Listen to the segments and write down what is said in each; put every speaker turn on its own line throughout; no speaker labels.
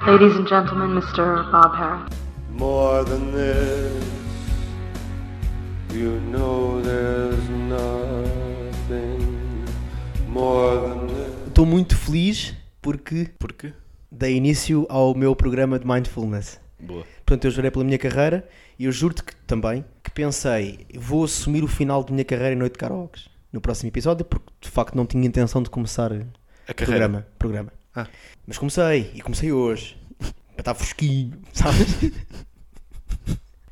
Ladies and gentlemen, Mr. Bob Harris.
More than this, you know there's nothing more than this.
Estou muito feliz porque
Porquê?
dei início ao meu programa de Mindfulness.
Boa.
Portanto, eu jurei pela minha carreira e eu juro-te que também que pensei, vou assumir o final da minha carreira em Noite de Karaokes no próximo episódio, porque de facto não tinha intenção de começar
A carreira.
programa, programa.
Ah.
Mas comecei, e comecei hoje. Para estar fresquinho, sabes?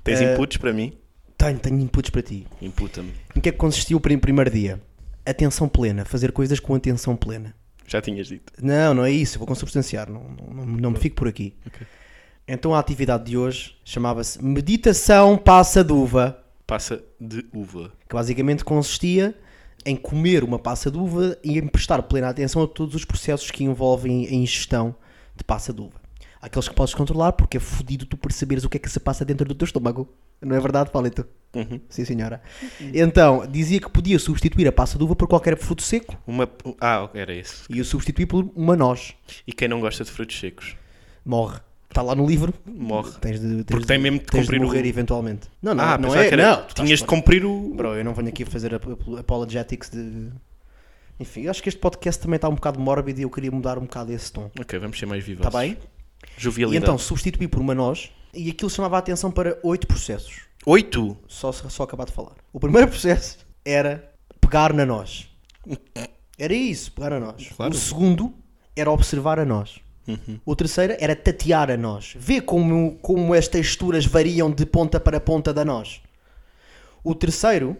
Tens
Eh,
inputs para mim?
tenho, tenho inputs para ti.
Imputa-me.
Em que é que consistiu o prim- primeiro dia? Atenção plena, fazer coisas com atenção plena.
Já tinhas dito.
Não, não é isso, eu vou consubstanciar, não, não, não- não me fico por aqui.
Ok.
Então a atividade de hoje chamava-se Meditação Passa de Uva,
Passa de uva.
que basicamente consistia em comer uma passa de uva e em prestar plena atenção a todos os processos que envolvem a ingestão de passa de uva. Aqueles que podes controlar, porque é fodido tu perceberes o que é que se passa dentro do teu estômago. Não é verdade, Paulito?
Uhum.
Sim, senhora. Então, dizia que podia substituir a passa de uva por qualquer fruto seco
Uma... Ah, ok, era isso.
e o substituir por uma noz.
E quem não gosta de frutos secos?
Morre. Está lá no livro.
Morre.
Tens de, tens
Porque tem mesmo de
tens
cumprir o-
morrer eventualmente. Não, não,
ah,
não
pensava
é.
que era-
Não,
tu tinhas de cumprir o...
Bro, eu não venho aqui fazer ap- ap- apologetics de. Enfim, eu acho que este podcast também está um bocado mórbido e eu queria mudar um bocado esse tom.
Ok, vamos ser mais vivos.
Está Tá bem? E
Jovialidade.
então substituí por uma noz e aquilo chamava a atenção para oito processos.
Oito?
Só, só acabar de falar. O primeiro processo era pegar na noz. Era isso, pegar a nós.
Claro.
O segundo era observar a nós. O terceiro era tatear a nós. Ver como, como as texturas variam de ponta para ponta da nós. O terceiro,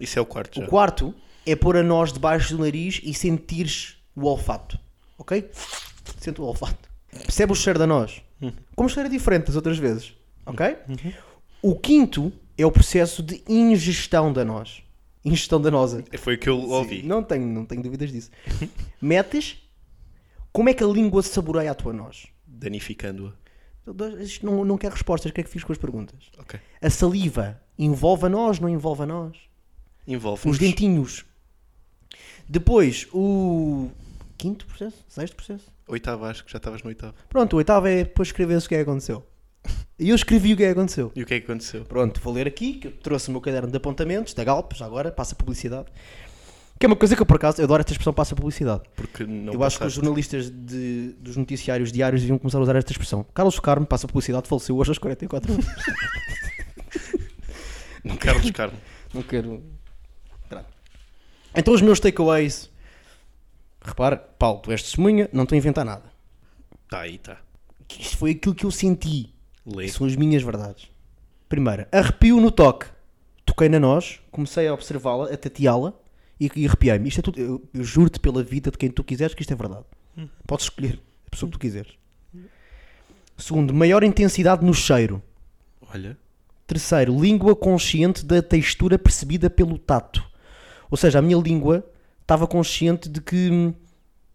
Isso é o quarto já.
o quarto, é pôr a nós debaixo do nariz e sentires o olfato. Ok? Sente o olfato. Percebe o cheiro da nós. Como cheira diferente das outras vezes. Ok? O quinto é o processo de ingestão da nós. Ingestão da nosa.
É, Foi o que eu ouvi.
Não tenho, não tenho dúvidas disso. Metes, como é que a língua saboreia a tua noz?
Danificando-a.
Eu dou- isto Não, não quero respostas, quero que fiz com as perguntas.
Ok.
A saliva envolve a nós, não envolve a nós?
Envolve-nos.
Os dentinhos. Depois, o quinto processo? Sexto processo?
Oitavo, acho que já estavas no oitavo.
Pronto, o oitavo é depois escrever-se o que é que aconteceu. E eu escrevi o que é que aconteceu.
E o que é que aconteceu?
Pronto, vou ler aqui, que eu trouxe o meu caderno de apontamentos, da Galp, já agora, passa publicidade. Que é uma coisa que eu, por acaso, eu adoro esta expressão, passa publicidade.
Porque não
eu acho que os
passaste.
jornalistas de- dos noticiários diários deviam começar a usar esta expressão. Carlos Carmo passa publicidade, faleceu hoje aos 44 anos.
Carlos Carmo.
Não quero. Trato. Então, os meus takeaways. Repara, Paulo, tu és testemunha, não estou a inventar nada.
Tá aí, tá.
Que Isto foi aquilo que eu senti.
Lê.
São as minhas verdades. Primeira, arrepio no toque. Toquei na noz, comecei a observá-la, a tateá-la e, e arrepiei-me. Isto é tudo. Eu, eu juro-te pela vida de quem tu quiseres que isto é verdade. Podes escolher a pessoa que tu quiseres. Segundo, maior intensidade no cheiro.
Olha.
Terceiro, língua consciente da textura percebida pelo tato. Ou seja, a minha língua estava consciente de que hum,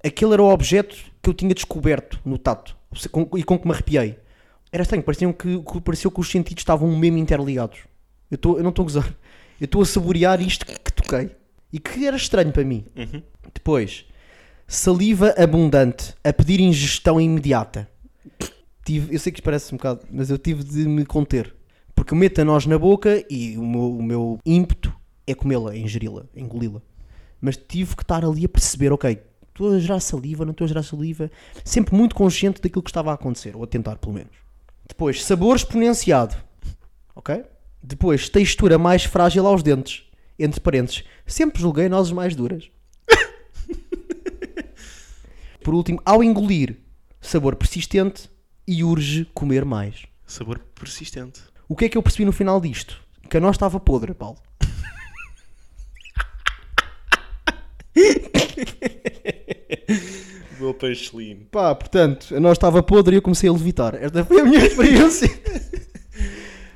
aquele era o objeto que eu tinha descoberto no tato ou se- com- e com que me arrepiei. Era estranho, pareciam que, que- pareceu que os sentidos estavam mesmo interligados. Eu, tô- eu não estou a gozar. Eu estou a saborear isto que, que toquei e que era estranho para mim. Depois, saliva abundante a pedir ingestão imediata. Tive- eu sei que isto parece um bocado, mas eu tive de me conter. Porque eu meto a noz na boca e o meu, o meu ímpeto é comê-la, é ingeri-la, é engoli-la. Mas tive que estar ali a perceber, ok, estou a gerar saliva, não estou a gerar saliva. Sempre muito consciente daquilo que estava a acontecer, ou a tentar pelo menos. Depois, sabor exponenciado. Ok? Depois, textura mais frágil aos dentes. Entre parênteses, sempre julguei nozes mais duras. Por último, ao engolir, sabor persistente e urge comer mais.
Sabor persistente.
O que é que eu percebi no final disto? Que a nós estava podre, Paulo.
Meu peixelinho.
Pá, portanto, a nós estava podre e eu comecei a levitar. Esta foi a minha experiência.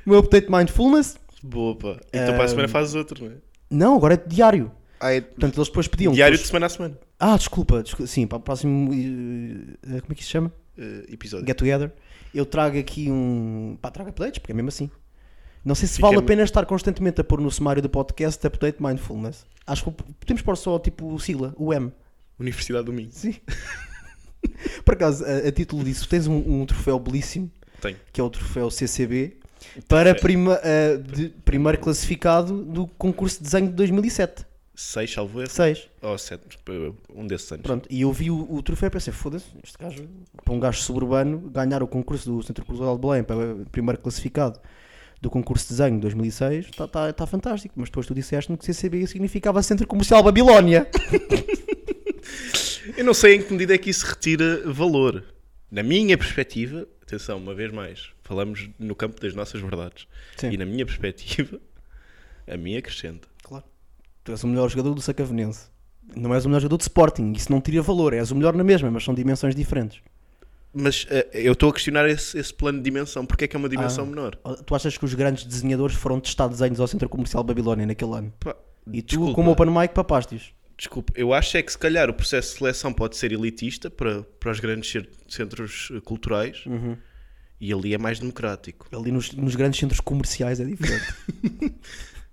o meu update mindfulness.
Boa, pá. Então para a semana fazes outro, não é?
Não, agora é diário.
Ah, é
Portanto, eles depois pediam.
diário
que
de
eles-
semana a semana.
Ah, desculpa, desculpa. Sim, para o próximo. eh, Como é que isso se chama?
Eh, episódio.
Get Together. Eu trago aqui um. Pá, trago updates, porque é mesmo assim. Não sei se
Fica
vale a
mu-
pena estar constantemente a pôr no sumário do podcast update mindfulness. Acho que podemos pôr só tipo sigla, o M.
Universidade do Minho.
Sim. Por acaso, a, a título disso, tens um, um troféu belíssimo,
Tenho.
que é o troféu CCB, para prima, ah, de- primeiro classificado do concurso de desenho de 2007.
Seis, salvo erro.
6.
Ou sete. Um desses anos.
Pronto, e eu vi o, o troféu e pensei, foda-se, este gajo, para um gajo suburbano, ganhar o concurso do Centro Cultural de Belém, para primeiro classificado do concurso de desenho de 2006, está tá, tá fantástico. Mas depois tu disseste que CCB significava Centro Comercial Babilónia.
Eu não sei em que medida é que isso retira valor. Na minha perspectiva, atenção, uma vez mais, falamos no campo das nossas verdades.
Sim.
E na minha perspectiva, a minha acrescenta.
Claro. Tu és o melhor jogador do Sacavenense. Não és o melhor jogador de Sporting, isso não tira valor. És o melhor na mesma, mas são dimensões diferentes.
Mas eh, eu estou a questionar esse, esse plano de dimensão. Porque é que é uma dimensão
Ah.
menor?
Tu achas que os grandes desenhadores foram testar desenhos ao Centro Comercial Babilónia naquele ano?
Pá,
E tu,
desculpa,
como open mic, papastes.
desculpa, eu acho é que se calhar o processo de seleção pode ser elitista para, para os grandes cer- centros eh, culturais
Uhum.
e ali é mais democrático.
Ali nos, nos grandes centros comerciais é diferente.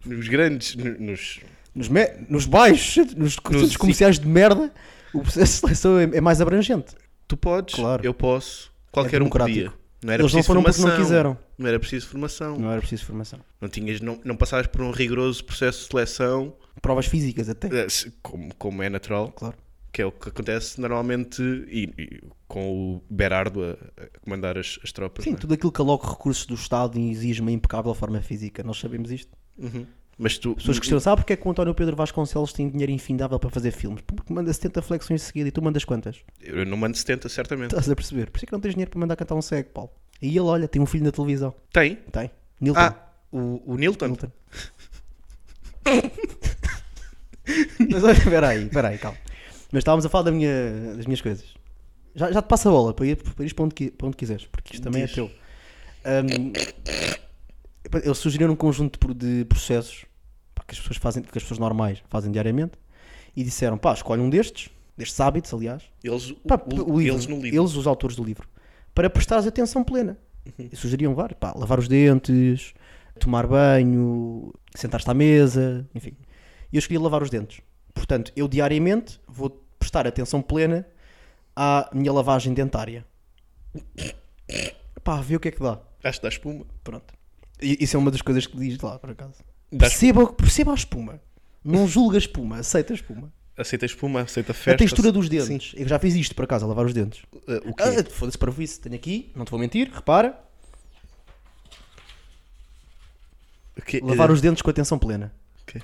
Nos grandes, no- nos,
nos, me- nos baixos, nos centros comerciais de merda, o processo de seleção é, é mais abrangente.
Tu podes,
Claro. É
eu posso, qualquer um
democrático.
podia. Não era
Eles não
preciso
foram porque não
formação.
quiseram.
Não era preciso formação. Não,
Não era preciso formação.
tinhas, não, não passavas por um rigoroso processo de seleção,
Provas físicas até.
eh, se- como, como é natural,
Claro.
que é o que acontece normalmente e, e com o Berardo a, a comandar as, as tropas.
Sim,
não é?
tudo aquilo que aloca recursos do Estado e exige uma impecável forma física. Nós sabemos isto.
Uhum. Mas tu,
Pessoas questionam, sabe porque é que o António Pedro Vasconcelos tem dinheiro infindável para fazer filmes? Porque manda 70 flexões de seguida e tu mandas quantas?
eu não mando 70, certamente.
Estás a perceber? Por isso é que não tens dinheiro para mandar cantar um cego, Paulo. E ele, olha, tem um filho na televisão.
Tem.
Tem. Nilton.
Ah, o, o Nilton.
Nilton. Mas olha, peraí, peraí, calma. Mas estávamos a falar da minha- das minhas coisas. Já, já te passo a bola para ir para, ires para, onde, qui- para onde quiseres, porque isto também é
Diz.
teu. Ahm, epá, eles sugeriram um conjunto por- de processos pá, que as pessoas fazem, que as pessoas normais fazem diariamente e disseram: pá, escolhe um destes, destes hábitos, aliás,
Eles, o-
Pá,
o-
o livro,
eles no livro.
eles, os autores do livro, para prestares atenção plena.
Uhum.
E sugeriam vários, pá, lavar os dentes, tomar banho, sentar-te à mesa, enfim. E eu escolhi lavar os dentes. Portanto, eu diariamente vou prestar atenção plena à minha lavagem dentária. Pá, vê o que é que dá.
Acho que dá espuma.
Pronto. E- Isso é uma das coisas que diz lá, por acaso.
Dá
Perceba, perceba a espuma. Não julga a espuma, aceita a espuma.
Aceita espuma, aceita festa.
a textura dos dentes. Eu já fiz isto, por acaso, a lavar os dentes.
Eh, o quê?
Ah, Foda-se para isso. Tenho aqui, não te vou mentir, repara.
O quê?
Lavar os dentes com atenção plena.
Ok.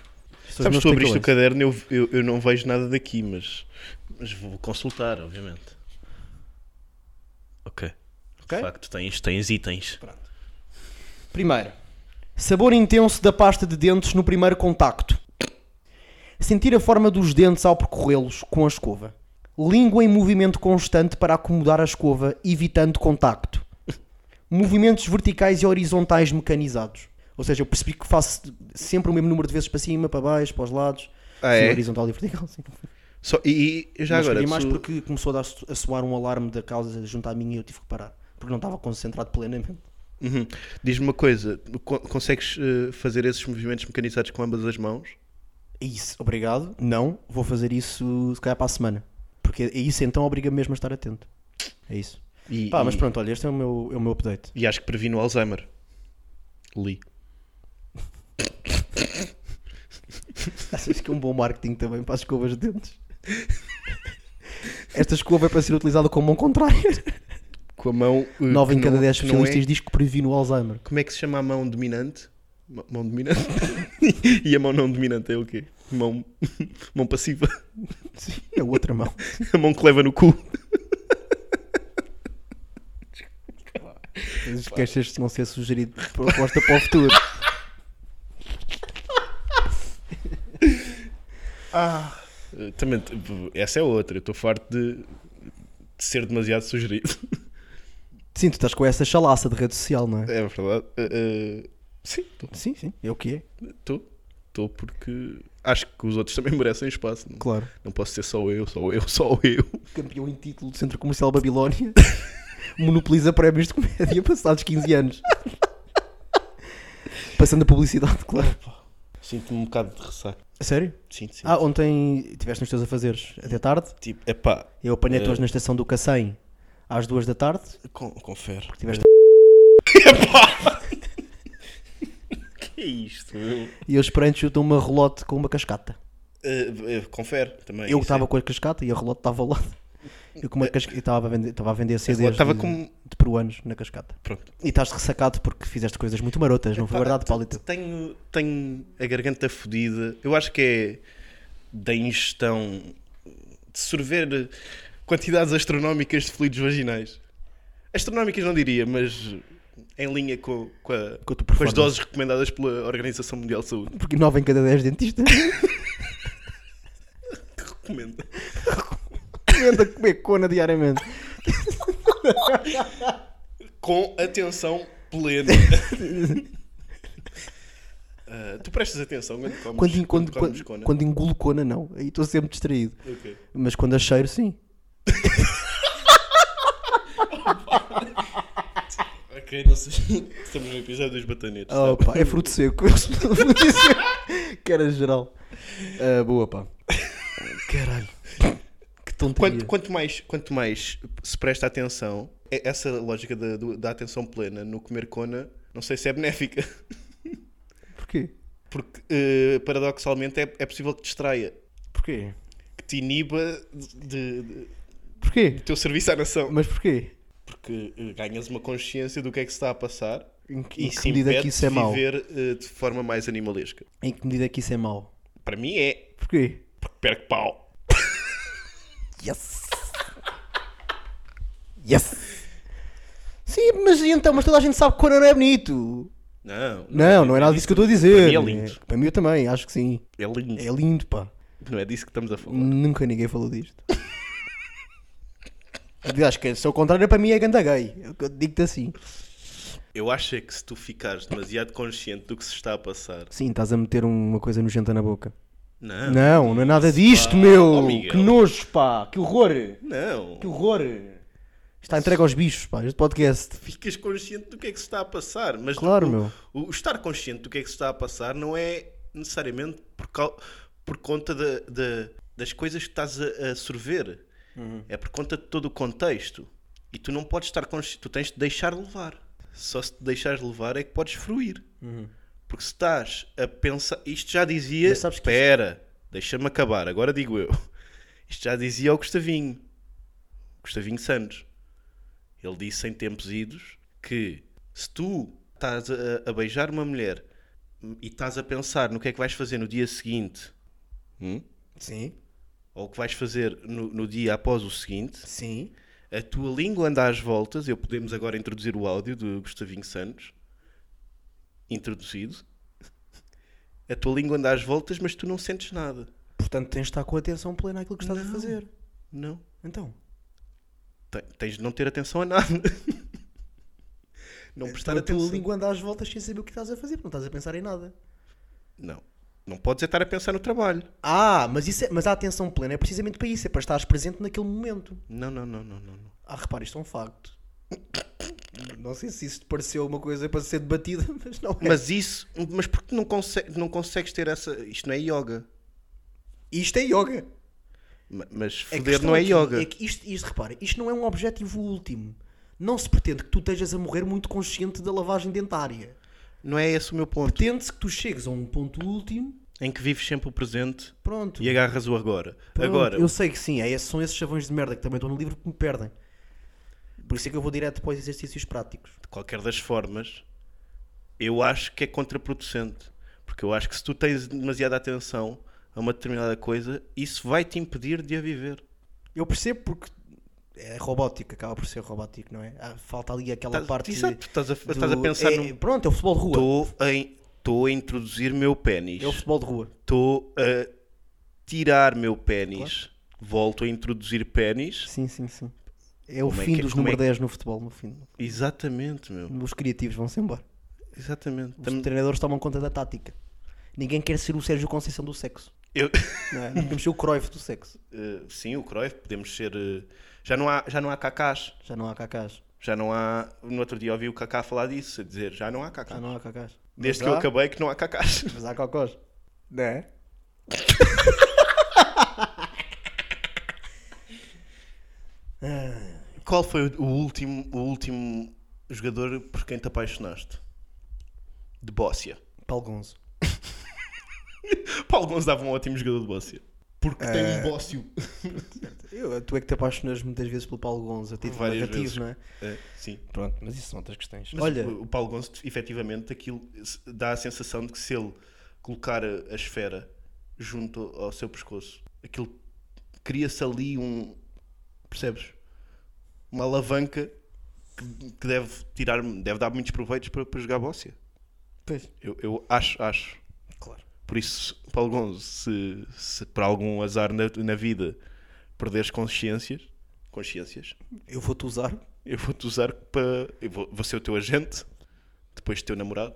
Isto são os
Sabes,
meus
tu abriste o
takeaways.
caderno, eu, eu, eu não vejo nada daqui, mas, mas vou consultar, obviamente. Ok.
Ok?
De facto, tens, tens itens.
Primeiro, sabor intenso da pasta de dentes no primeiro contacto. Sentir a forma dos dentes ao percorrê-los com a escova. Língua em movimento constante para acomodar a escova, evitando contacto. Movimentos verticais e horizontais mecanizados. Ou seja, eu percebi que faço sempre o mesmo número de vezes para cima, para baixo, para os lados.
Ah,
Sim,
é?
Horizontal e vertical, sim.
Só, e, e já
Mas
agora,
escolhi mais
tu-
porque começou a, dar, a soar um alarme da causa junto à minha e eu tive que parar. Porque não estava concentrado plenamente.
Uhum. diz-me uma coisa: co- consegues eh, fazer esses movimentos mecanizados com ambas as mãos?
É isso, obrigado. Não, vou fazer isso se calhar para a semana. Porque é isso então obriga-me mesmo a estar atento. É isso.
E,
Pá, mas
e-
pronto, olha, este é o meu, é o meu update.
e acho que previno o Alzheimer. Li.
Achas que é um bom marketing também para as escovas de dentes? Esta escova é para ser utilizada como mão contrária.
Com a mão. eh,
9 em
que não-
cada 10
que não é-
especialistas diz que previne o Alzheimer.
Como é que se chama a mão dominante? Mão- Mão dominante? e a mão não dominante é o quê? Mão, mão passiva.
Sim, é outra mão.
A mão que leva no cu.
As queixas não ser sugerido proposta para o futuro.
Uh, Também, t- p- essa é outra. Eu estou farto de, de ser demasiado sugerido.
Sim, tu estás com essa chalaça de rede social, não é?
É verdade. Uh, uh, sim,
Sim, sim. É o que é,
estou. Estou porque acho que os outros também merecem espaço. Não,
claro.
não posso ser só eu, só eu, só eu.
Campeão em título do Centro Comercial Babilónia monopoliza prémios de comédia passados 15 anos. Passando a publicidade, claro.
Sinto-me um bocado de ressaca.
A sério?
Sinto, sinto.
Ah, ontem tiveste nos teus afazeres até tarde.
Tipo, epá,
Eu apanhei-te hoje na estação do Cacém às duas da tarde.
con confere.
Tiveste-
que é isto, meu?
E eu esperei chutou uma relote com uma cascata.
Eh, eh, confere também.
eu
isso
estava
é.
com a cascata e a relote estava ao lado. Eu com uma casca- e estava a vender, estava Eh. a vender CDs
estava
de,
com-
de peruanos na cascata.
Pronto.
E estás ressacado porque fizeste coisas muito marotas, não foi verdade, Paulito?
Tenho, tenho a garganta fodida. Eu acho que é da ingestão de sorver quantidades astronómicas de fluidos vaginais. Astronómicas não diria, mas em linha com, com, a-
Com a tua
as
performance.
doses recomendadas pela Organização Mundial de Saúde.
Porque 9 em cada 10 dentistas
Recomendo.
recomenda comer cona diariamente.
Com atenção plena. Ah, tu prestas atenção quando comes,
Quando, en- quando,
quando comes
quando,
cona?
quando engulo cona, não. Aí estou sempre distraído.
Ok.
Mas quando a cheiro, sim.
Ok, não sei. Estamos no episódio dos batanetes.
Oh,
sabe?
pá, é fruto seco. Eu sou fruto seco. que era geral. Ah, boa, pá. Caralho. Que tonteria.
Quanto, quanto mais, quanto mais se presta atenção, é- essa lógica da, do- da atenção plena no comer cona, não sei se é benéfica.
Porquê?
Porque, eh, paradoxalmente, é, é possível que te distraia,
Porquê?
que te iniba de- de- de-
Porquê?
do teu serviço à nação.
Mas porquê?
Porque eh, ganhas uma consciência do que é que se está a passar
Em que, em
e
que
se
medida
impede
que isso é
de
mau?
viver eh, de forma mais animalesca.
Em que medida que isso é mau?
Para mim é,
Porquê?
porque perco pau.
Yes! Yes! Sim, mas e então, mas toda a gente sabe que cona não é bonito.
Não,
Não, não é nada disso que eu estou a dizer.
Para mim é lindo.
Para mim eu também, acho que sim.
é lindo.
É Hum. lindo, pá.
Não é disso que estamos a falar.
Nunca ninguém falou disto. Aliás, que se ao contrário, para mim é ganda gay. Eu eu digo-te assim.
Eu acho é que se tu ficares demasiado consciente do que se está a passar,
Sim, estás a meter uma coisa nojenta na boca.
não,
não, não é nada disto, meu.
Oh, Miguel.
que nojo, pá. Que horror.
não.
Que horror. Está entregue aos bichos, pá. Este podcast.
Ficas consciente do que é que se está a passar, mas
Claro,
o,
meu.
o- o estar consciente do que é que se está a passar não é necessariamente por, cau- por conta da- da- das coisas que estás a, a sorver,
Uhum.
é por conta de todo o contexto. E tu não podes estar consciente, tu tens de deixar levar. Só se te deixares levar é que podes fruir. Porque se estás a pensar. Isto já dizia.
Uhum. Mas sabes que-
Espera, deixa-me acabar, agora digo eu. Isto já dizia ao Gustavinho. Gustavinho Santos. Ele disse em tempos idos que se tu estás a, a beijar uma mulher e estás a pensar no que é que vais fazer no dia seguinte hum,
Sim,
ou o que vais fazer no, no dia após o seguinte,
sim.
a tua língua anda às voltas. Eu podemos agora introduzir o áudio do Gustavinho Santos. Introduzido. A tua língua anda às voltas, mas tu não sentes nada.
Portanto, tens de estar com atenção plena àquilo que estás a
Não.
fazer.
Não.
Então.
Te- Tens de não ter atenção a nada. Não prestar
então a
atenção.
tua língua anda às voltas sem saber o que estás a fazer, porque não estás a pensar em nada.
Não. Não podes é estar a pensar no trabalho.
Ah, mas, isso é- mas a atenção plena é precisamente para isso, é para estares presente naquele momento.
Não, não, não, não, não. não.
Ah, repara, isto é um facto. Não sei se isso te pareceu uma coisa para ser debatida, mas não é.
Mas isso, mas porque tu não, conse não consegues ter essa. Isto não é yoga.
Isto é yoga.
Ma- Mas
A
foder
questão
não é
aqui
yoga.
É que isto, isto, repara, isto não é um objetivo último. Não se pretende que tu estejas a morrer muito consciente da lavagem dentária.
Não é esse o meu ponto.
Pretende-se que tu chegues a um ponto último,
Em que vives sempre o presente
pronto.
e agarras o agora.
Pronto,
agora,
Eu sei que sim, é, esses- são esses chavões de merda que também estão no livro que me perdem. Por isso é que eu vou direto para os exercícios práticos.
de qualquer das formas, eu acho que é contraproducente. Porque eu acho que se tu tens demasiada atenção a uma determinada coisa, isso vai te impedir de a viver.
Eu percebo porque é robótico, acaba por ser robótico, não é? Há- Falta ali aquela
Estás-
parte.
exato, estás a-
do-
estás a pensar
é-
num-
Pronto, é o futebol de rua.
Estou em- estou a introduzir meu pênis.
É o futebol de rua.
Estou a tirar meu pênis. Volto a introduzir pênis.
Sim, sim, sim. É o
Como é
fim
que-
dos
como
número
é que-
10 no futebol, no fim.
Exatamente, meu.
Os criativos vão-se embora.
Exatamente.
Os
Tam-
treinadores tomam conta da tática. Ninguém quer ser o Sérgio Conceição do sexo.
Eu...
Não é? Não queremos ser o Cruyff do sexo.
Eh, sim, o Cruyff, podemos ser. eh, Já não há, já não há cacás.
Já não há cacás.
Já não há. No outro dia ouvi o Cacá falar disso, a dizer já não há
Já
cacá.
não há cacás.
Desde
Mas
que eu
há-
acabei que não há cacás.
Mas há cocós. Não
Né?
é?
Qual foi o último, o último jogador por quem te apaixonaste? De Bóssia.
Paulo Gonzo.
Paulo Gonzo dava um ótimo jogador de Bóssia. Porque tem um Bóssio.
Eu, tu é que te apaixonas muitas vezes pelo Paulo Gonzo, a título
Várias
negativo,
vezes.
não é?
É, sim.
Pronto, mas tipo, isso são outras questões.
Mas
Olha,
o o Paulo Gonço, efetivamente, aquilo se- dá a sensação de que se ele colocar a a esfera junto ao ao seu pescoço, aquilo cria-se ali um. percebes? Uma alavanca que, que deve tirar, deve dar muitos proveitos para, para jogar bóssia.
pois,
Eu, eu acho, acho.
claro.
Por isso, Paulo Gonzo, se, se por algum azar na, na vida perderes consciências, consciências,
Eu vou-te usar.
eu vou-te usar para. Eu vou, vou ser o teu agente, depois teu namorado.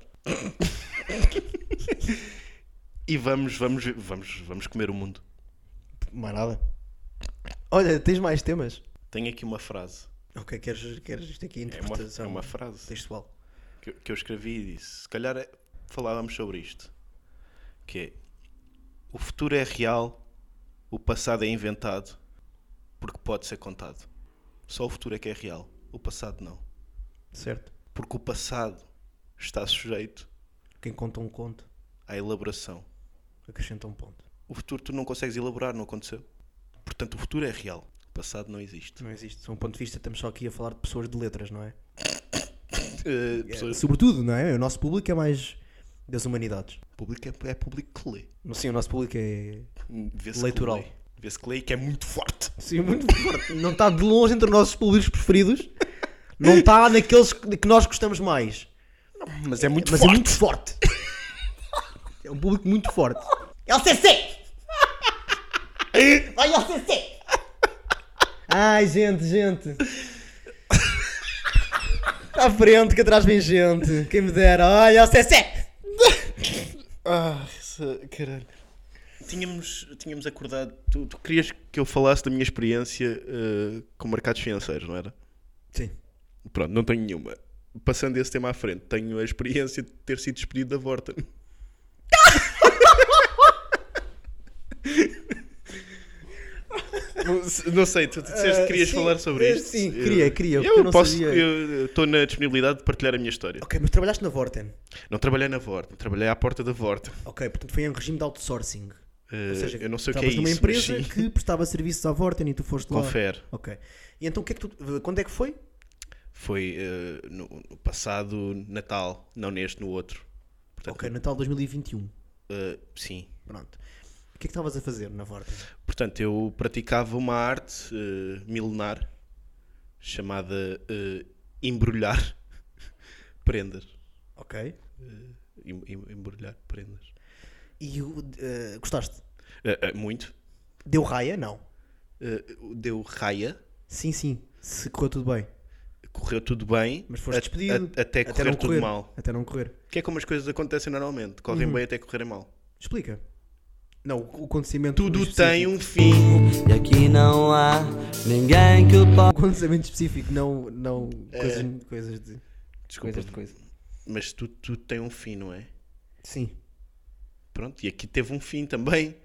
e vamos, vamos, vamos, vamos comer o mundo.
Mais nada. Olha, tens mais temas?
Tenho aqui uma frase.
Ok, queres, queres isto aqui
É uma, é
interpretação
uma frase
textual?
que, eu- que eu escrevi e disse: se calhar é- falávamos sobre isto. Que é, o futuro é real, o passado é inventado, porque pode ser contado. Só o futuro é que é real, o passado não.
Certo.
Porque o passado está sujeito
Quem conta um conto,
à elaboração.
acrescenta um ponto.
O futuro tu não consegues elaborar, não aconteceu. Portanto, o futuro é real. O passado não existe.
Não existe. De um ponto de vista, estamos só aqui a falar de pessoas de letras, não é?
Eh, pessoas-
Sobretudo, não é? O nosso público é mais das humanidades.
O público é, é público que lê.
Não, Sim, o nosso público é.
Vê-se
Leitoral.
Que lê. Vê-se que lê e que é muito forte.
Sim, muito forte. Não está de longe entre os nossos públicos preferidos. Não está naqueles que que nós gostamos mais.
Mas é muito
Mas
forte.
é muito forte. É um público muito forte. LCC! Vai LCC! Ai, gente, gente. À frente, que atrás vem gente. Quem me dera. Ai, LCC!
Ah, essa- caralho. Tínhamos, tínhamos acordado. Tu, tu querias que eu falasse da minha experiência eh, com mercados financeiros, não era?
Sim.
Pronto, não tenho nenhuma. Passando esse tema à frente, tenho a experiência de ter sido despedido da Vorta. não, se- não sei, tu disseste que querias
sim,
falar sobre
eh,
isto.
sim,
Eu-
queria, queria, porque
Eu,
eu não
posso,
sabia.
eu estou na disponibilidade de partilhar a minha história.
Ok, mas trabalhaste na Vorten.
Não trabalhei na Vorta, trabalhei à porta da Vorta.
Ok, portanto foi em regime de outsourcing.
Eh,
Ou seja,
eu não sei o que
estavas
é isso,
numa
mas
empresa
sim.
que prestava serviços à Vorten e tu foste lá.
Confere.
Ok. E então o que é que tu. Quando é que foi?
Foi eh, no, no passado Natal, não neste, no outro. Portanto,
Ok, Natal 2021.
eh, sim,
Pronto. O que é que estavas a fazer na Vorten?
Portanto, eu praticava uma arte eh, milenar chamada eh, embrulhar prendas.
Ok.
Em- em- embrulhar prendas.
E o- eh, gostaste?
Eh, eh, muito.
Deu raia? Não.
Eh, deu raia,
Sim, sim. Se correu tudo bem.
correu tudo bem.
Mas foste
a-
despedido.
a- até correr
não
tudo mal.
Até não correr. Uhum.
Que é como as coisas acontecem normalmente. Correm bem até correrem mal.
Explica. Não, o o acontecimento.
Tudo
específico-
tem um fim.
E aqui não há ninguém
um
que
O
possa.
acontecimento específico, não. não
Eh.
coisas, coisas de.
Desculpa,
Coisas de coisa.
mas tudo, tudo tem um fim, não é?
Sim.
Pronto, e aqui teve um fim também,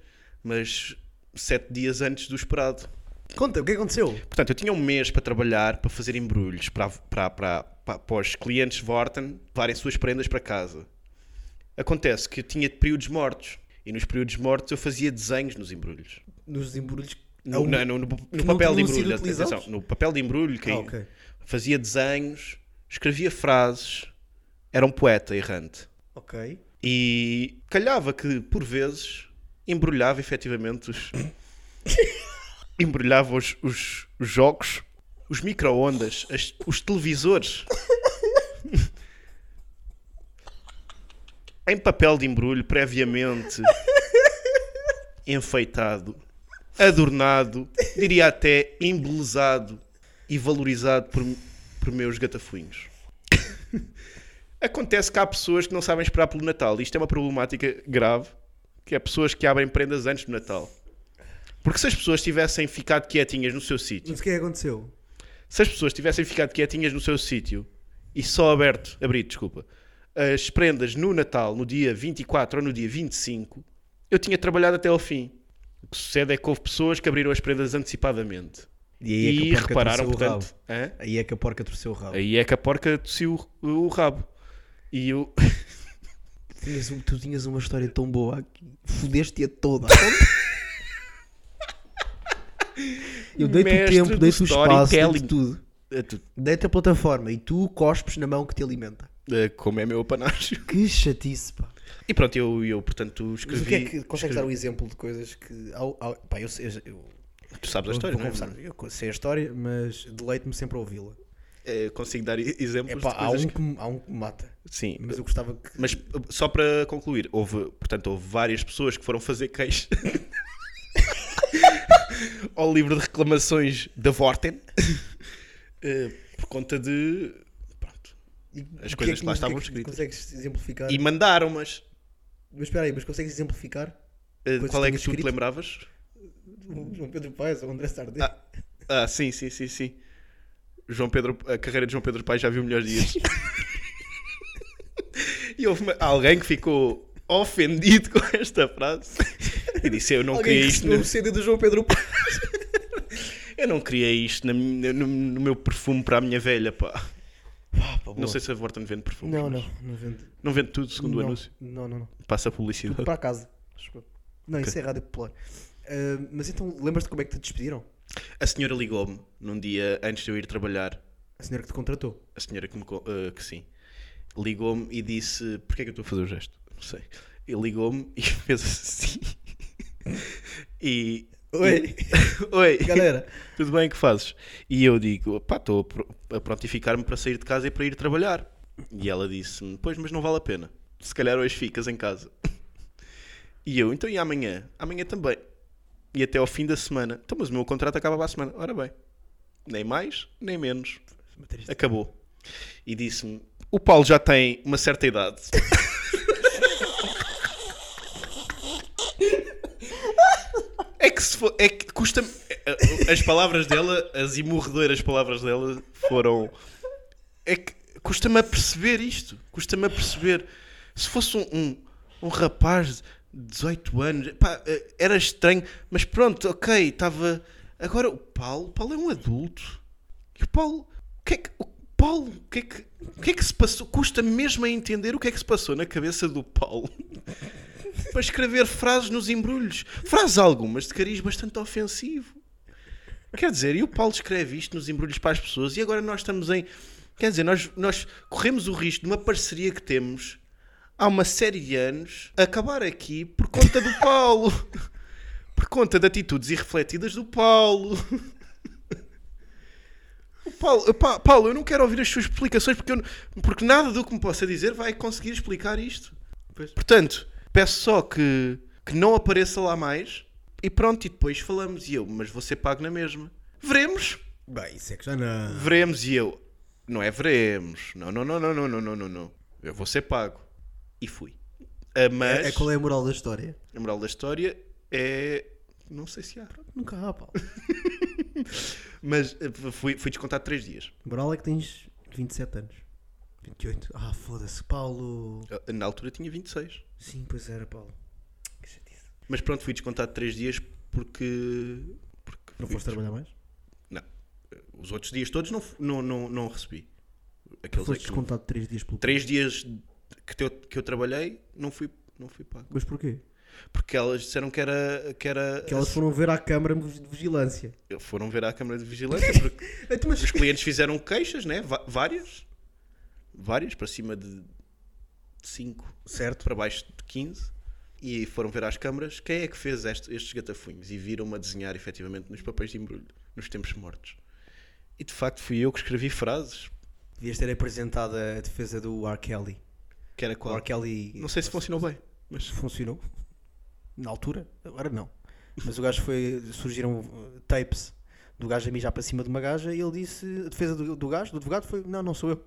mas sete dias antes do esperado.
Conta, o que é que aconteceu?
Portanto, eu tinha um mês para trabalhar, para fazer embrulhos para, para, para, para, para os clientes Vorten levarem suas prendas para casa. Acontece que eu tinha períodos mortos. E nos períodos mortos eu fazia desenhos nos embrulhos.
Nos embrulhos.
No, não, no, no- no
não
papel de
tinham sido
embrulho,
utilizados?
atenção, no papel de embrulho que
Ah, ok.
fazia desenhos, escrevia frases, era um poeta errante.
Ok.
E calhava que, por vezes, embrulhava efetivamente os. embrulhava os, os, os jogos, os micro-ondas, as- os televisores. em papel de embrulho, previamente enfeitado, adornado, diria até embelezado e valorizado por, por meus gatafunhos. Acontece que há pessoas que não sabem esperar pelo Natal. Isto é uma problemática grave, que é pessoas que abrem prendas antes do Natal. Porque se as pessoas tivessem ficado quietinhas no seu sítio,
Mas o que é que aconteceu?
se as pessoas tivessem ficado quietinhas no seu sítio e só aberto, abrido, desculpa, as prendas no Natal, no dia 24 ou no dia 25, Eu tinha trabalhado até ao fim. O que sucede é que houve pessoas que abriram as prendas antecipadamente.
E aí é
E,
que a porca
repararam,
torceu o rabo.
portanto. hã?
Aí é que a porca torceu o rabo.
Aí é que a porca tossiu o, o rabo. E eu.
Tinhas um- tu tinhas uma história tão boa aqui. Fudeste-a toda. Eu dei-te o
Mestre
tempo,
do
dei-te o espaço, dei-te
storytelling.
tudo.
É tudo.
Dei-te a plataforma e tu cospes na mão que te alimenta.
É, como é meu apanágio.
Que chatice, pá.
E pronto, eu, eu portanto
Mas
escrevi.
o que é que consegues dar o exemplo de coisas que. Ao, ao- pá, eu, sei- eu,
Tu sabes
vou-
a história,
vou
não é?
confessar, eu sei a história, mas deleito-me sempre a ouvi-la.
É, consigo dar e-
É
exemplos
pá,
de
há
coisas
um,
que-
que me, há um que me mata.
Sim,
Mas eu gostava que.
mas uh, só para concluir, houve, portanto, houve várias pessoas que foram fazer queixa ao livro de reclamações da Vorten eh, por conta de. Pronto.
e-
as
o
coisas que lá
o
estavam
que
escritas.
Consegues exemplificar?
E mandaram-mas.
Mas espera aí, mas consegues exemplificar?
Eh,
Coisas
qual é
que
que
tinha
tu te
escrito?
lembravas?
O João Pedro Paes ou o André Sardé?
Ah. Ah, sim, sim, sim, sim. João Pedro, a carreira de João Pedro Paes já viu melhores dias. e houve uma- alguém que ficou ofendido com esta frase e disse: Eu não
Alguém
queria
que
isto.
recebeu
na-
o CD do João Pedro Paes.
Eu não queria isto na minha- no, no meu perfume para a minha velha, pá. Não sei se a Vorten vende perfume.
Não, não, não vendo.
Não vende tudo, segundo
não,
o anúncio.
Não, não, não.
Passa a publicidade.
Para casa. Acho que- Não, isso é rádio popular. Ah, mas então, lembras-te como é que te despediram?
A senhora ligou-me num dia antes de eu ir trabalhar.
A senhora que te contratou.
a senhora que me co- eh, que sim ligou-me e disse porque é que eu estou a fazer o gesto não sei e ligou-me e fez assim e
Oi.
e- oi
Galera.
tudo bem que fazes e eu digo pá estou a pro- a prontificar-me para sair de casa e para ir trabalhar e ela disse-me pois mas não vale a pena se calhar hoje ficas em casa e eu então e amanhã amanhã também e até ao fim da semana então mas o meu contrato acaba a semana ora bem nem mais nem menos
É
acabou. E disse-me: O Paulo já tem uma certa idade. é que se for, é que custa as palavras dela, as imorredoras palavras dela foram é que custa-me a perceber isto, custa-me a perceber. Se fosse um, um, um rapaz de 18 anos, pá, eh, era estranho, mas pronto, ok, estava. Agora o Paulo, o Paulo é um adulto. E o Paulo, o que é que. O Paulo, o que é que, o que é que se passou? Custa-me mesmo a entender o que é que se passou na cabeça do Paulo para escrever frases nos embrulhos. Frases algumas de cariz bastante ofensivo. Quer dizer, e o Paulo escreve isto nos embrulhos para as pessoas e agora nós estamos em. Quer dizer, nós, nós corremos o risco de uma parceria que temos há uma série de anos acabar aqui por conta do Paulo. Por conta de atitudes irrefletidas do Paulo. O Paulo, Pa- Paulo, eu não quero ouvir as suas explicações porque, eu não- porque nada do que me possa dizer vai conseguir explicar isto. Portanto, peço só que, que não apareça lá mais e pronto, e depois falamos. E eu, mas você paga na mesma. Veremos.
Bem, isso é que já não.
Veremos e eu. Não é veremos. Não, não, não, não, não, não, não, não, não. Eu vou ser pago. E fui. Ah, mas
É, é qual é a moral da história?
a moral da história é. Não sei se há.
Nunca há, pá.
Mas ah, fui, fui descontado 3 dias.
A moral é que tens 27 anos. 28. Ah, foda-se, Paulo.
Ah, Na altura tinha 26.
Sim, pois era, Paulo. Que chatice.
Mas pronto, fui descontado 3 dias porque. porque
Não
fui-
foste trabalhar mais?
Não. Os outros dias todos não, f- não, não, não recebi. Aqueles
Foste
é que não-
descontado 3 dias pelo.
Três dias que, teu- que eu trabalhei, não fui, não fui pago.
Mas porquê?
Porque elas disseram que era. Que era
Porque elas foram ver à câmara de vigilância.
foram ver à Câmara de Vigilância porque
Então, mas-
os clientes fizeram queixas, né? Va- várias. Várias, para cima de 5. Certo. Para baixo de 15. E foram ver às câmaras quem é que fez este- estes gatafunhos e viram-me a desenhar efetivamente nos papéis de embrulho, nos tempos mortos. E de facto fui eu que escrevi frases.
Devias ter apresentado a defesa do R. Kelly.
Que era
O
qual?
R. Kelly.
Não sei se funcionou bem, mas
funcionou na altura, agora não. Mas o gajo foi. Surgiram uh, tapes do gajo a mijar para cima de uma gaja e ele disse. A defesa do, do gajo, do advogado, foi: Não, não sou eu.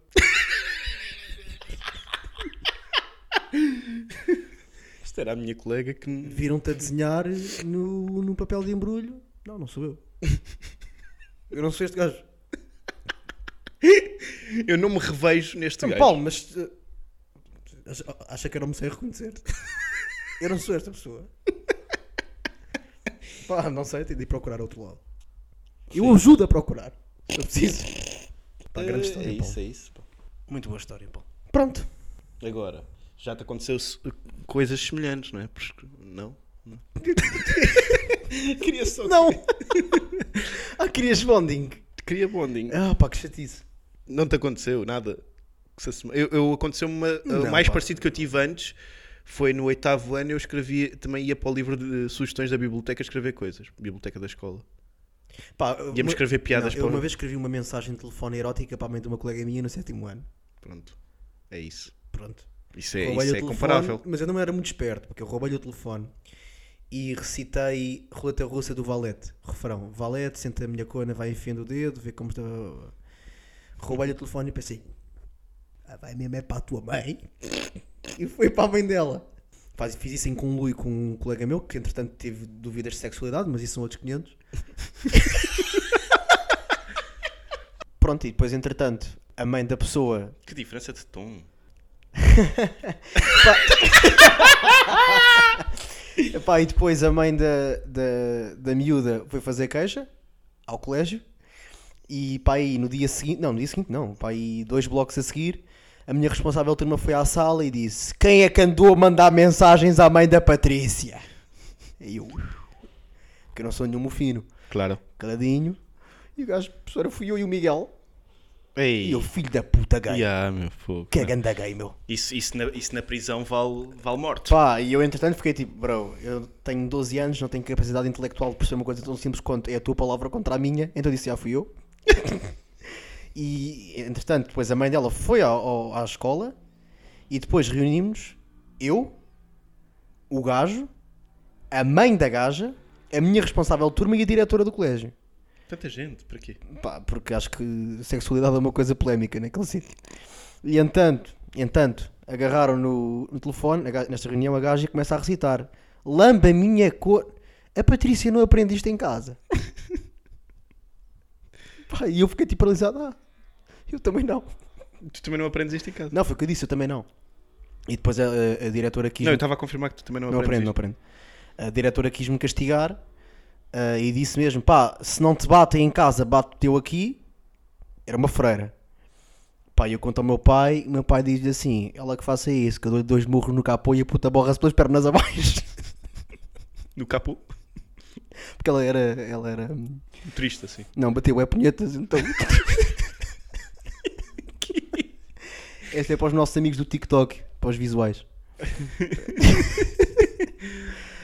isto era a minha colega que. me-
Viram-te a desenhar no, no papel de embrulho: Não, não sou eu. Eu não sou este gajo.
Eu não me revejo neste
Então,
gajo.
eh, Paulo, mas. uh, acha- Acha que eu não me sei reconhecer? Eu não sou esta pessoa. Pá, não sei, tenho de ir procurar outro lado. Eu ajudo a procurar. Se eu preciso. Pá, grande história,
é
Paulo.
isso, é isso. pá.
Muito boa história, Paulo. Pronto.
Agora, já te aconteceu se- coisas semelhantes, não é? Porque- não? Não. Queria só.
Não! ah, querias bonding.
Queria bonding.
Ah, pá, que chatice.
Não te aconteceu nada. que se assuma- Eu, eu- aconteceu-me uma-
Não,
a mais
pá.
parecido que eu tive antes. Foi no oitavo ano eu escrevia, também ia para o livro de sugestões da biblioteca escrever coisas, biblioteca da escola.
Pá, uma-
escrever piadas
Não, eu
para o-
uma vez escrevi uma mensagem de telefone erótica para a mãe de uma colega minha no sétimo ano.
Pronto, é isso.
Pronto.
Isso é,
Roubei-lhe
isso
o
é
telefone,
comparável.
Mas eu não era muito esperto, porque eu roubei-lhe o telefone e recitei Roleta Russa do Valete. Refrão: Valete, senta a minha cona, vai enfiando o dedo, vê como está. Roubei-lhe o telefone e pensei: ah, vai mesmo é para a tua mãe. E foi para a mãe dela. Faz- Fiz isso em conluio com um colega meu que, entretanto, teve dúvidas de sexualidade, mas isso são outros 500. Pronto, e depois, entretanto, a mãe da pessoa
Que diferença de tom.
Epá, e depois a mãe da, da, da miúda foi fazer queixa ao colégio e pá, aí no dia seguinte, não, no dia seguinte não, pá, aí dois blocos a seguir, a minha responsável turma foi à sala e disse quem é que andou a mandar mensagens à mãe da Patrícia? E eu, que eu não sou nenhum mofino,
Claro.
caladinho, e o gajo, professora, fui eu e o Miguel,
Ei.
e eu, filho da puta gay,
Ya, meu fogo.
que é ganda gay, meu.
Isso, isso, na, isso na prisão vale, vale morte.
Pá, e eu entretanto fiquei tipo, bro, eu tenho 12 anos, não tenho capacidade intelectual de perceber uma coisa tão simples quanto é a tua palavra contra a minha, então eu disse, já fui eu. e entretanto, depois a mãe dela foi ao- ao- à escola e depois reunimos eu, o gajo, a mãe da gaja, a minha responsável de turma e a diretora do colégio.
Tanta gente, para quê?
Pá, porque acho que sexualidade é uma coisa polémica naquele sítio. E entanto, entanto agarraram no, no telefone, a ga- nesta reunião, a gaja e começa a recitar: Lamba minha cor. A Patrícia não aprende isto em casa. Pá, e eu fiquei tipo paralisado: Ah, eu também não.
Tu também não aprendes isto em casa.
Não, foi o que eu disse: eu também não. E depois a, a- a diretora quis.
Não, eu estava a confirmar que tu também não,
Não aprendo,
aprendes
não
isto.
aprendo. A diretora quis-me castigar ah, e disse mesmo: pá, se não te batem em casa, bate-te eu aqui. Era uma freira. Pá, eu conto ao meu pai, e o meu pai diz-lhe assim: ela que faça isso, que eu dou-lhe dois murros no capô e a puta borra-se pelas pernas abaixo.
No capô,
Porque ela era. Ela era
triste assim.
não, bateu é punhetas, então. Este é para os nossos amigos do TikTok, para os visuais.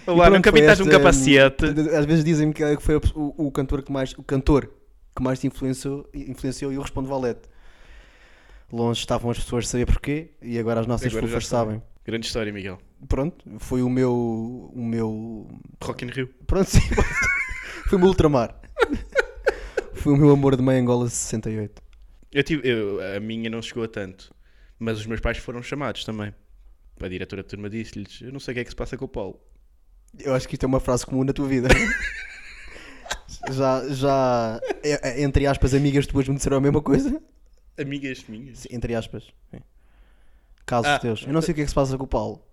Olá,
E pronto,
nunca
Tipo, foi
pintaste um
esta-
capacete.
Às vezes dizem-me que foi o, o cantor que mais, o cantor que mais te influenciou, influenciou e eu respondo Valete. Longe estavam as pessoas de saber porquê e agora as nossas
Agora já
fofas
sabem.
sabem.
Grande história, Miguel.
Pronto, foi o meu, o meu,
Rock in Rio.
pronto, sim, foi o meu ultramar. foi o meu amor de mãe Angola 68.
Eu tive, eu- a minha não chegou a tanto, mas os meus pais foram chamados também. A diretora de turma disse-lhes: Eu não sei o que é que se passa com o Paulo.
Eu acho que isto é uma frase comum na tua vida. já, já, é- é- entre aspas, amigas tuas me disseram a mesma coisa.
Amigas minhas.
entre aspas. Sim. Casos
Ah.
teus. Eu não sei o que é que se passa com o Paulo.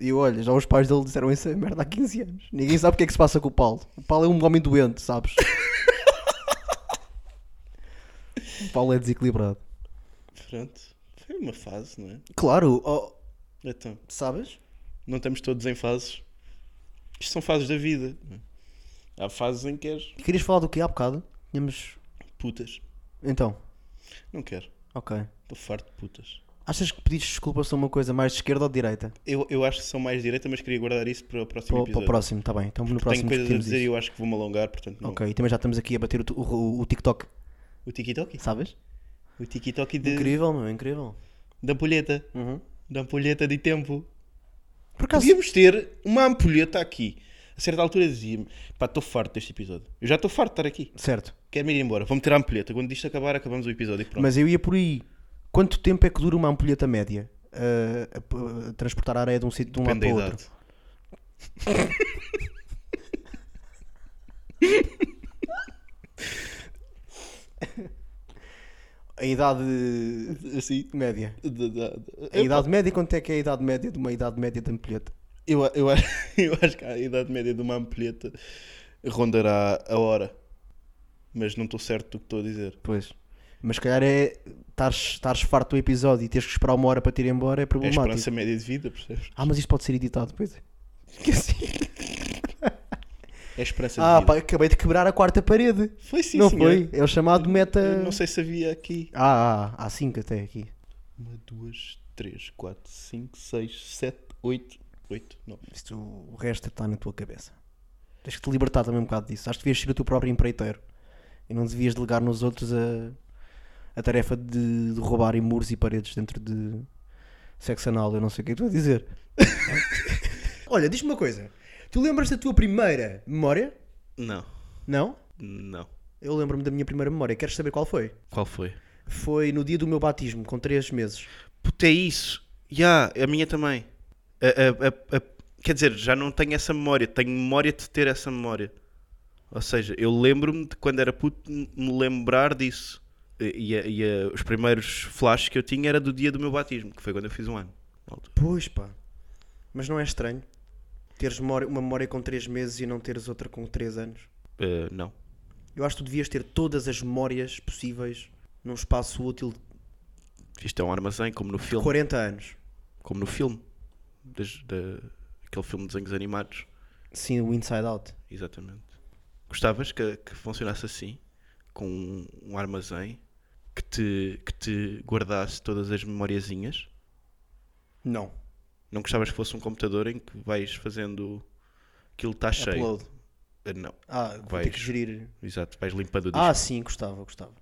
E eu, olha, já os pais dele disseram essa merda há 15 anos. Ninguém sabe o que é que se passa com o Paulo. O Paulo é um homem doente, sabes? o Paulo é desequilibrado.
Pronto, foi uma fase, não é?
Claro, oh,
Então,
sabes?
não estamos todos em fases. Isto são fases da vida. é? Há fases em que és
Querias falar do que há bocado? Tínhamos.
putas.
Então,
Não quero.
ok.
Estou farto de putas.
Achas que pedidos de desculpa são uma coisa mais de esquerda ou de direita?
Eu, eu acho que são mais direita, mas queria guardar isso para o próximo
Para, o- para
episódio.
o próximo, tá bem. Então no
Tenho
próximo
coisas a
discutimos
dizer e
isso.
eu acho que vou-me alongar, portanto não.
Ok, e também já estamos aqui a bater o, tu- o- o TikTok,
O tiki-toki?
sabes?
O tiki-toki de-
Incrível, meu, incrível.
da ampulheta.
Uhum.
Da ampulheta de tempo.
Por acaso,
Podíamos ter uma ampulheta aqui. A certa altura dizia-me, pá, estou farto deste episódio. Eu já estou farto de estar aqui.
certo.
Quero-me ir embora. Vamos ter a ampulheta. Quando isto acabar, acabamos o episódio e pronto.
Mas eu ia por aí. Quanto tempo é que dura uma ampulheta média? Ah, a p- a transportar a areia de um sítio de um lado
Depende
para o
da
outro.
idade.
A idade
Assim,
média.
da- da- da-
A idade média, quanto é que é a idade média de uma idade média de ampulheta?
Eu, eu, eu acho que a idade média de uma ampulheta rondará a hora. Mas não estou certo do que estou a dizer.
Pois. Mas se calhar é estares farto do episódio e teres que esperar uma hora para te ir embora é
É a
problemático.
esperança média de vida, percebes?
ah, mas isto pode ser editado, pois é.
É a esperança
Ah,
de vida.
pá, acabei de quebrar a quarta parede.
Foi sim,
não
senhora.
foi? É o chamado meta.
Eu Não sei se havia aqui.
Ah, ah, há 5 até aqui.
Uma, duas, três, quatro, cinco, seis, sete, oito. Oito, não.
Isto, o resto é está na tua cabeça. Tens que te libertar também um bocado disso. Acho que devias ser o teu próprio empreiteiro. E não devias delegar nos outros a, a tarefa de, de roubarem muros e paredes dentro de sexo anal. Eu não sei o que é que estou a dizer. Olha, diz-me uma coisa. Tu lembras da tua primeira memória?
Não,
Não?
não.
Eu lembro-me da minha primeira memória. Queres saber qual foi?
Qual foi?
Foi no dia do meu batismo, com 3 meses.
Puta, é isso. Já, a minha também. A- a- a- a- quer dizer, já não tenho essa memória. Tenho memória de ter essa memória. Ou seja, eu lembro-me de quando era puto m- me lembrar disso. E, e a- e a- os primeiros flashes que eu tinha era do dia do meu batismo, que foi quando eu fiz um ano. na altura.
Pois pá. Mas não é estranho teres memória- uma memória com 3 meses e não teres outra com 3 anos?
Eh, não.
Eu acho que tu devias ter todas as memórias possíveis num espaço útil de
Isto é um armazém, como no filme.
40 anos.
Como no filme. Des- da- aquele filme de desenhos animados.
Sim, o Inside Out.
Exatamente. Gostavas que, que funcionasse assim, com um, um armazém que te, que te guardasse todas as memoriazinhas?
Não.
Não gostavas que fosse um computador em que vais fazendo aquilo está cheio?
Upload.
Ah, Não,
Ah, vou ter
Vais.
que gerir.
exato, vais limpando o disco.
Ah, sim, gostava, gostava.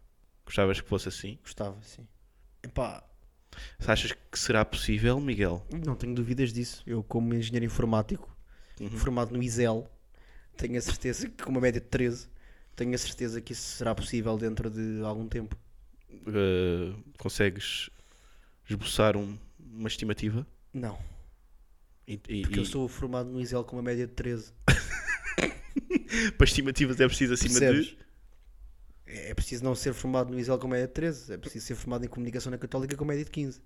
Gostavas que fosse assim?
Gostava, sim. Epá,
Achas que será possível, Miguel?
não tenho dúvidas disso. Eu, como engenheiro informático,
Uhum.
formado no ISEL, tenho a certeza que, com uma média de 13, tenho a certeza que isso será possível dentro de algum tempo.
Ah, consegues esboçar um- uma estimativa?
Não.
E- e-
Porque eu
e-
sou formado no ISEL com uma média de 13.
Para estimativas é preciso acima
Percebes?
de.
É preciso não ser formado no ISEL com média de 13, é preciso ser formado em comunicação na Católica com média de 15.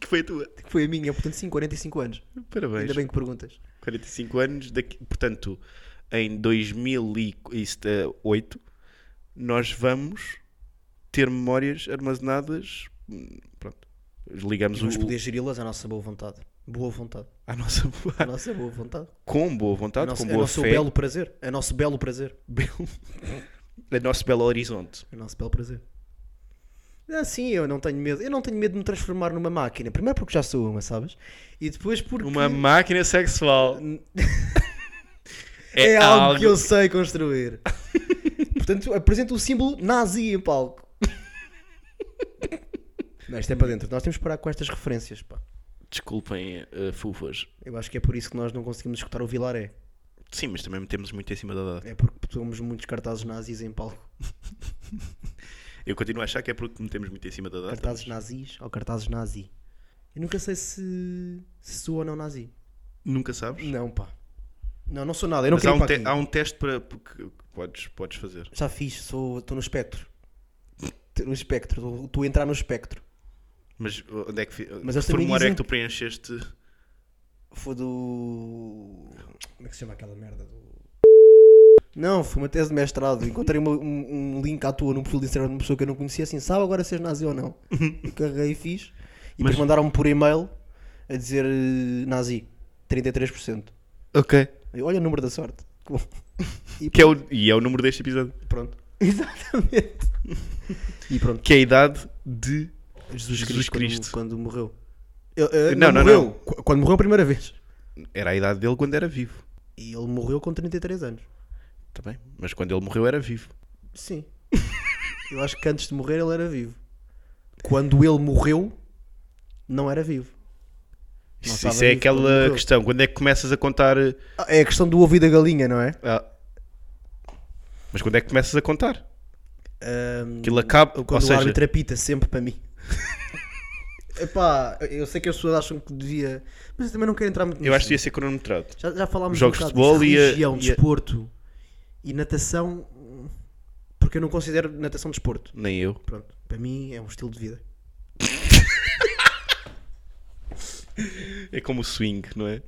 Que foi a tua.
Que foi a minha, portanto, sim, 45 anos.
Parabéns.
Ainda bem que perguntas.
45 anos, daqui, portanto, em 2008, nós vamos ter memórias armazenadas. hum, Pronto, ligamos
Vamos
o,
poder geri-las à nossa boa vontade. Boa vontade.
a nossa
À
boa,
nossa boa vontade.
com boa
A
vontade,
nossa,
Ah, com
a
boa
nosso
fé,
belo prazer. A nosso belo prazer.
belo- a nosso belo horizonte.
A nosso belo prazer. Ah, sim, eu não tenho medo. Eu não tenho medo de me transformar numa máquina. Primeiro porque já sou uma, sabes? E depois porque
Uma máquina sexual
é algo que eu sei construir. Portanto, apresento o símbolo nazi em palco. Não, isto é para dentro. Nós temos que parar com estas referências, pá.
Desculpem, eh, fufas.
Eu acho que é por isso que nós não conseguimos escutar o Vilaré.
Sim, mas também metemos muito em cima da data.
É porque temos muitos cartazes nazis em palco.
Eu continuo a achar que é porque metemos muito em cima da data.
Cartazes nazis ou cartazes nazi. Eu nunca sei se, se sou ou não nazi.
Nunca sabes?
Não, pá. Não, não sou nada. Eu não
Mas há
quero ir
um,
para
te-
aqui.
há um teste para que podes, podes fazer.
Já fiz. Sou, estou no espectro. Estou no espectro. Estou a entrar no espectro.
Mas onde é que, fi-
Mas
que
eles também
formulário é
dizem
que tu preencheste?
Foi do. Como é que se chama aquela merda? Do... Não, foi uma tese de mestrado. Encontrei uma- um, um link à tua num perfil de Instagram de uma pessoa que eu não conhecia assim, sabe agora se és nazi ou não? Eu carreguei e fiz. E depois mandaram-me por e-mail a dizer eh, nazi, 33%.
Ok.
Eu, Olha o número da sorte. Que bom. E
Que é o, e é o número deste episódio.
pronto. Exatamente. E pronto.
Que é a idade de.
Jesus
Jesus
Cristo, quando-
Cristo.
Quando, morreu. Eu- eu-
Não, não,
morreu.
não.
Qu- Quando morreu a primeira vez.
Era a idade dele quando era vivo.
E ele morreu com 33 anos.
Tá bem. Mas quando ele morreu era vivo.
Sim. Eu acho que antes de morrer ele era vivo. Quando ele morreu, não era vivo. Não
Isso,
estava
isso é
vivo quando
aquela
morreu.
questão. Quando é que começas a contar. eh,
Ah, É a questão do ovo e da galinha, não é?
ah, Mas quando é que começas a contar?
Ahm,
Aquilo acaba. Ou
quando o
seja,
árbitro apita, sempre para mim. Epá, eu sei que as pessoas acham que devia. Mas eu também não quero entrar muito
eu acho que
nisso.
devia ser cronometrado.
já, já falámos
jogos
um
de
bocado
futebol
disso.
e a-
religião,
e a-
desporto e natação. Porque eu não considero natação desporto.
Nem eu.
Pronto, para mim é um estilo de vida.
É como o swing, não é?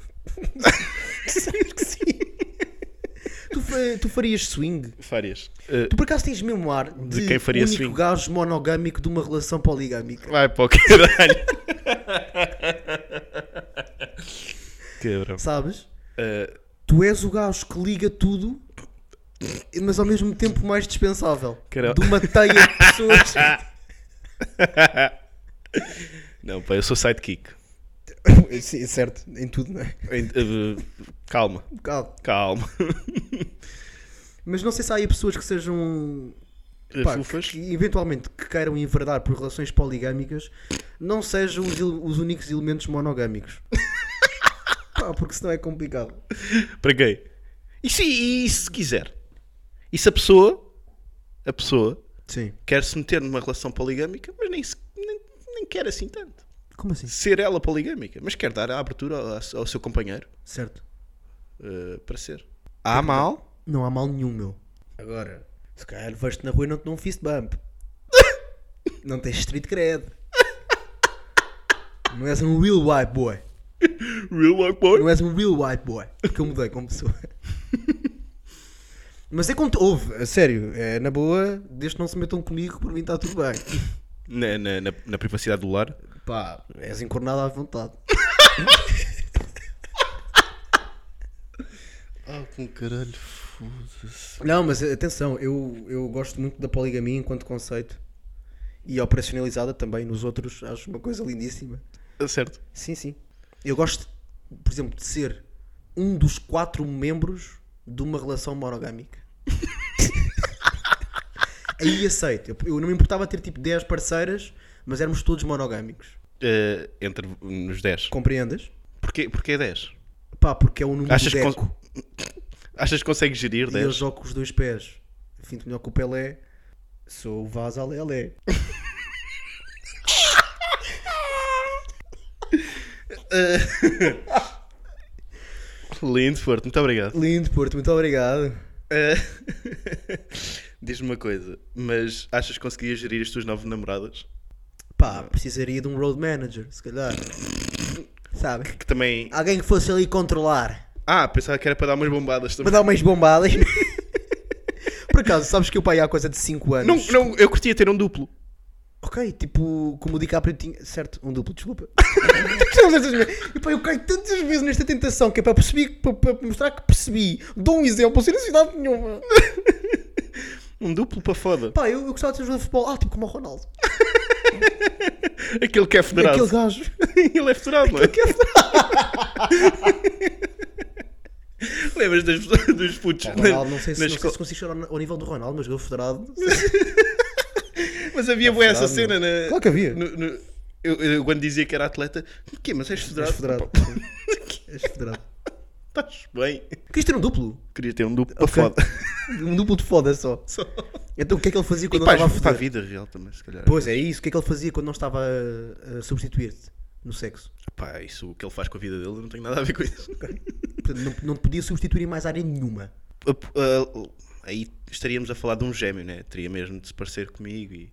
Tu, fa- tu farias swing?
Farias. Eh,
Tu por acaso tens mesmo ar de,
De quem faria
único
swing?
gajo monogâmico de uma relação poligâmica.
vai para o caralho. Quebra.
Sabes?
Uh,
Tu és o gajo que liga tudo, mas ao mesmo tempo mais dispensável.
Caralho.
De uma teia de pessoas.
Não, pá, eu sou sidekick.
Sim, certo, em tudo, não é?
Em- eh, Calma,
Calma.
calma.
Um Mas não sei se há aí pessoas que sejam pá, que,
Fufas.
que eventualmente que queiram enverdar por relações poligâmicas não sejam os, ele- os únicos elementos monogâmicos. Pá, porque senão é complicado.
Para quem? E se, e se quiser? E se a pessoa, a pessoa,
Sim.
quer se meter numa relação poligâmica, mas nem, se- nem, nem quer assim tanto.
Como assim?
Ser ela poligâmica, mas quer dar a abertura ao, ao seu companheiro
Certo.
eh, para ser.
Há Ah, mal? Não há mal nenhum, meu. Agora, se calhar vais-te na rua e não te dão um fist bump. não tens street cred. não és um real white boy.
Real life boy.
Não és um real white boy. Porque eu mudei como pessoa. Mas é quando houve, a sério, é na boa, desde que não se metam comigo, por mim está tudo bem.
Na, na, na, na privacidade do lar.
Pá, és encornado à vontade.
Ah, com caralho, foda-se.
Não, mas atenção, eu, eu gosto muito da poligamia enquanto conceito e operacionalizada também nos outros, acho uma coisa lindíssima.
Certo.
Sim, sim. Eu gosto, por exemplo, de ser um dos quatro membros de uma relação monogâmica. Aí aceito. Eu, eu não me importava ter tipo 10 parceiras, mas éramos todos monogâmicos.
Eh, entre nos 10.
Compreendes?
Porquê, porquê 10?
Pá, porque é o número
Achas
de
que,
deco.
cons- Achas que consegues gerir
E eu
10?
jogo com os dois pés. Finto melhor que o Pelé. Sou o Vaz Alelé.
Lindo, forte, muito obrigado.
Lindo, Porto. Muito obrigado.
Eh, Diz-me uma coisa, mas achas que conseguias gerir as tuas nove namoradas?
Pá, precisaria de um road manager, se calhar. Sabe?
Que também.
Alguém que fosse ali controlar.
Ah, pensava que era para dar umas bombadas
Para
também.
dar umas bombadas. Por acaso, sabes que o pai há coisa de 5
Não,
anos.
não, eu curtia ter um duplo.
Ok, tipo, como o DiCaprio tinha. Certo, um duplo, desculpa. Percebes estas merdas? e pá, eu caio tantas vezes nesta tentação que é para perceber, para, para mostrar que percebi. Dou um exemplo sem necessidade nenhuma.
Um duplo para foda.
Pá, eu, eu gostava de ser jogador de futebol. Ah, tipo como o Ronaldo.
Aquele que é federado.
Aquele gajo.
Ele é federado, não é?
é
Lembras das, dos putos?
O
na-
Ronaldo, não sei se,
na
não sei
escola?
se consigo chegar ao, ao nível do Ronaldo, mas jogador federado.
Mas havia boa essa
é federado,
cena na.
Claro que é? havia.
no- no- eu, eu quando dizia que era atleta, o quê? Mas és federado?
És federado. És federado.
Estás bem.
Quis ter um duplo.
Queria ter um duplo para
Ok.
foda.
Um duplo de foda só.
Só.
Então o que é que ele fazia
E
quando
pá,
eu estava a
para a
foder?
vida real também, se calhar.
Pois é isso, o que é que ele fazia quando não estava a, a substituir-te no sexo?
Pá, isso o que ele faz com a vida dele eu não tem nada a ver com isso.
Portanto, não, não te podia substituir em mais área nenhuma.
Ah, ah, aí estaríamos a falar de um gêmeo, né? Teria mesmo de se parecer comigo e.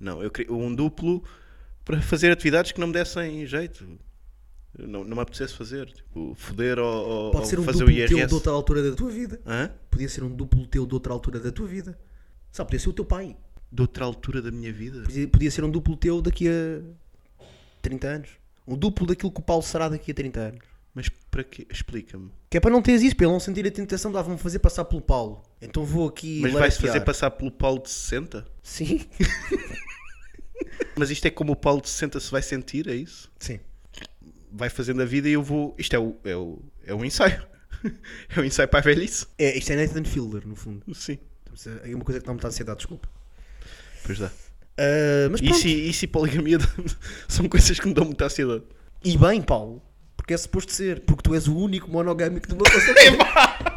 Não, eu queria um duplo para fazer atividades que não me dessem jeito. Não, não me apetecesse fazer. Tipo, foder ou, ou-
Pode
ou
ser um
fazer
duplo
o
teu de
IRS.
outra altura da tua vida.
Hã?
Podia ser um duplo teu de outra altura da tua vida. Sabe, podia ser o teu pai.
De outra altura da minha vida.
Podia, podia ser um duplo teu daqui a 30 anos. Um duplo daquilo que o Paulo será daqui a 30 anos.
Mas para quê? Explica-me.
Que é para não teres isso, para ele não sentir a tentação de ah, vão-me fazer passar pelo Paulo. Então vou aqui.
Mas vai-se fazer
laretear.
passar pelo Paulo de 60?
Sim.
Mas isto é como o Paulo de 60 se vai sentir, é isso?
Sim.
Vai fazendo a vida e eu vou. Isto é o, é o, é o ensaio. é o ensaio para a velhice.
É, isto é Nathan Fielder, no fundo.
Sim.
É uma coisa que não me está a ansiedade, desculpa.
Pois dá.
Ah, mas
E
pronto.
se, e se poligamia são coisas que me dão muita ansiedade.
E bem, Paulo, porque é suposto ser, porque tu és o único monogâmico de uma relação.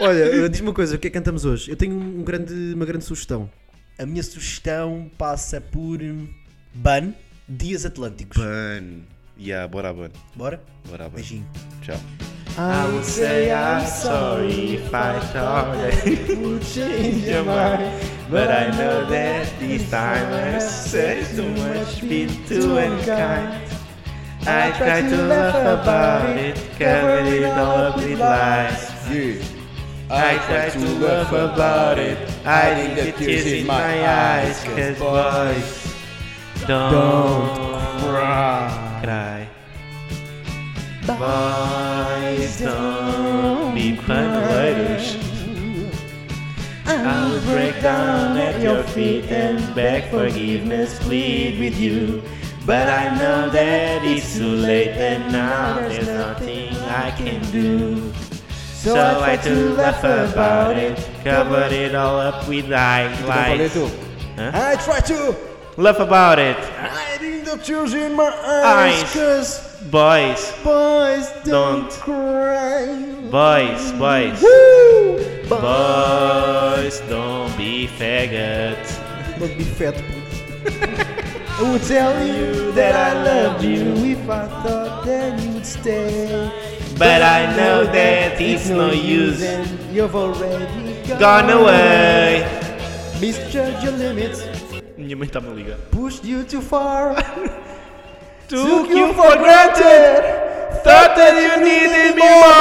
Olha, diz-me uma coisa, o que é que cantamos hoje? Eu tenho um grande, uma grande sugestão. A minha sugestão passa por hum, Ban, Dias Atlânticos.
Ban. Yeah, bora a ban.
Bora?
Bora a ban.
Beijinho.
Tchau.
But I know that this time I said too much, been too unkind. I try to laugh about it, covered it all up with lies.
Yeah.
I try to laugh about it, hiding the tears in my eyes. Cause boys don't, cry. Boys don't be violators. I will break down at your feet and beg forgiveness, plead with you. But I know that it's too late, and now there's nothing I can do. So I try to laugh about it, covered it all up with lies. lies.
I try to
Laugh about it,
hiding the tears in my eyes,
Eyes.
cause
boys,
boys don't,
Don't.
cry.
boys, boys,
Woo!
boys, don't be faggots.
Don't be fat, please. I would tell you that I loved you if I thought that you would stay.
But I know that it's no use.
and you've already gone,
Gone away.
Misjudge your limits,
Minha mãe tá me ligando.
pushed you too far.
Took you for granted, thought that you needed me more.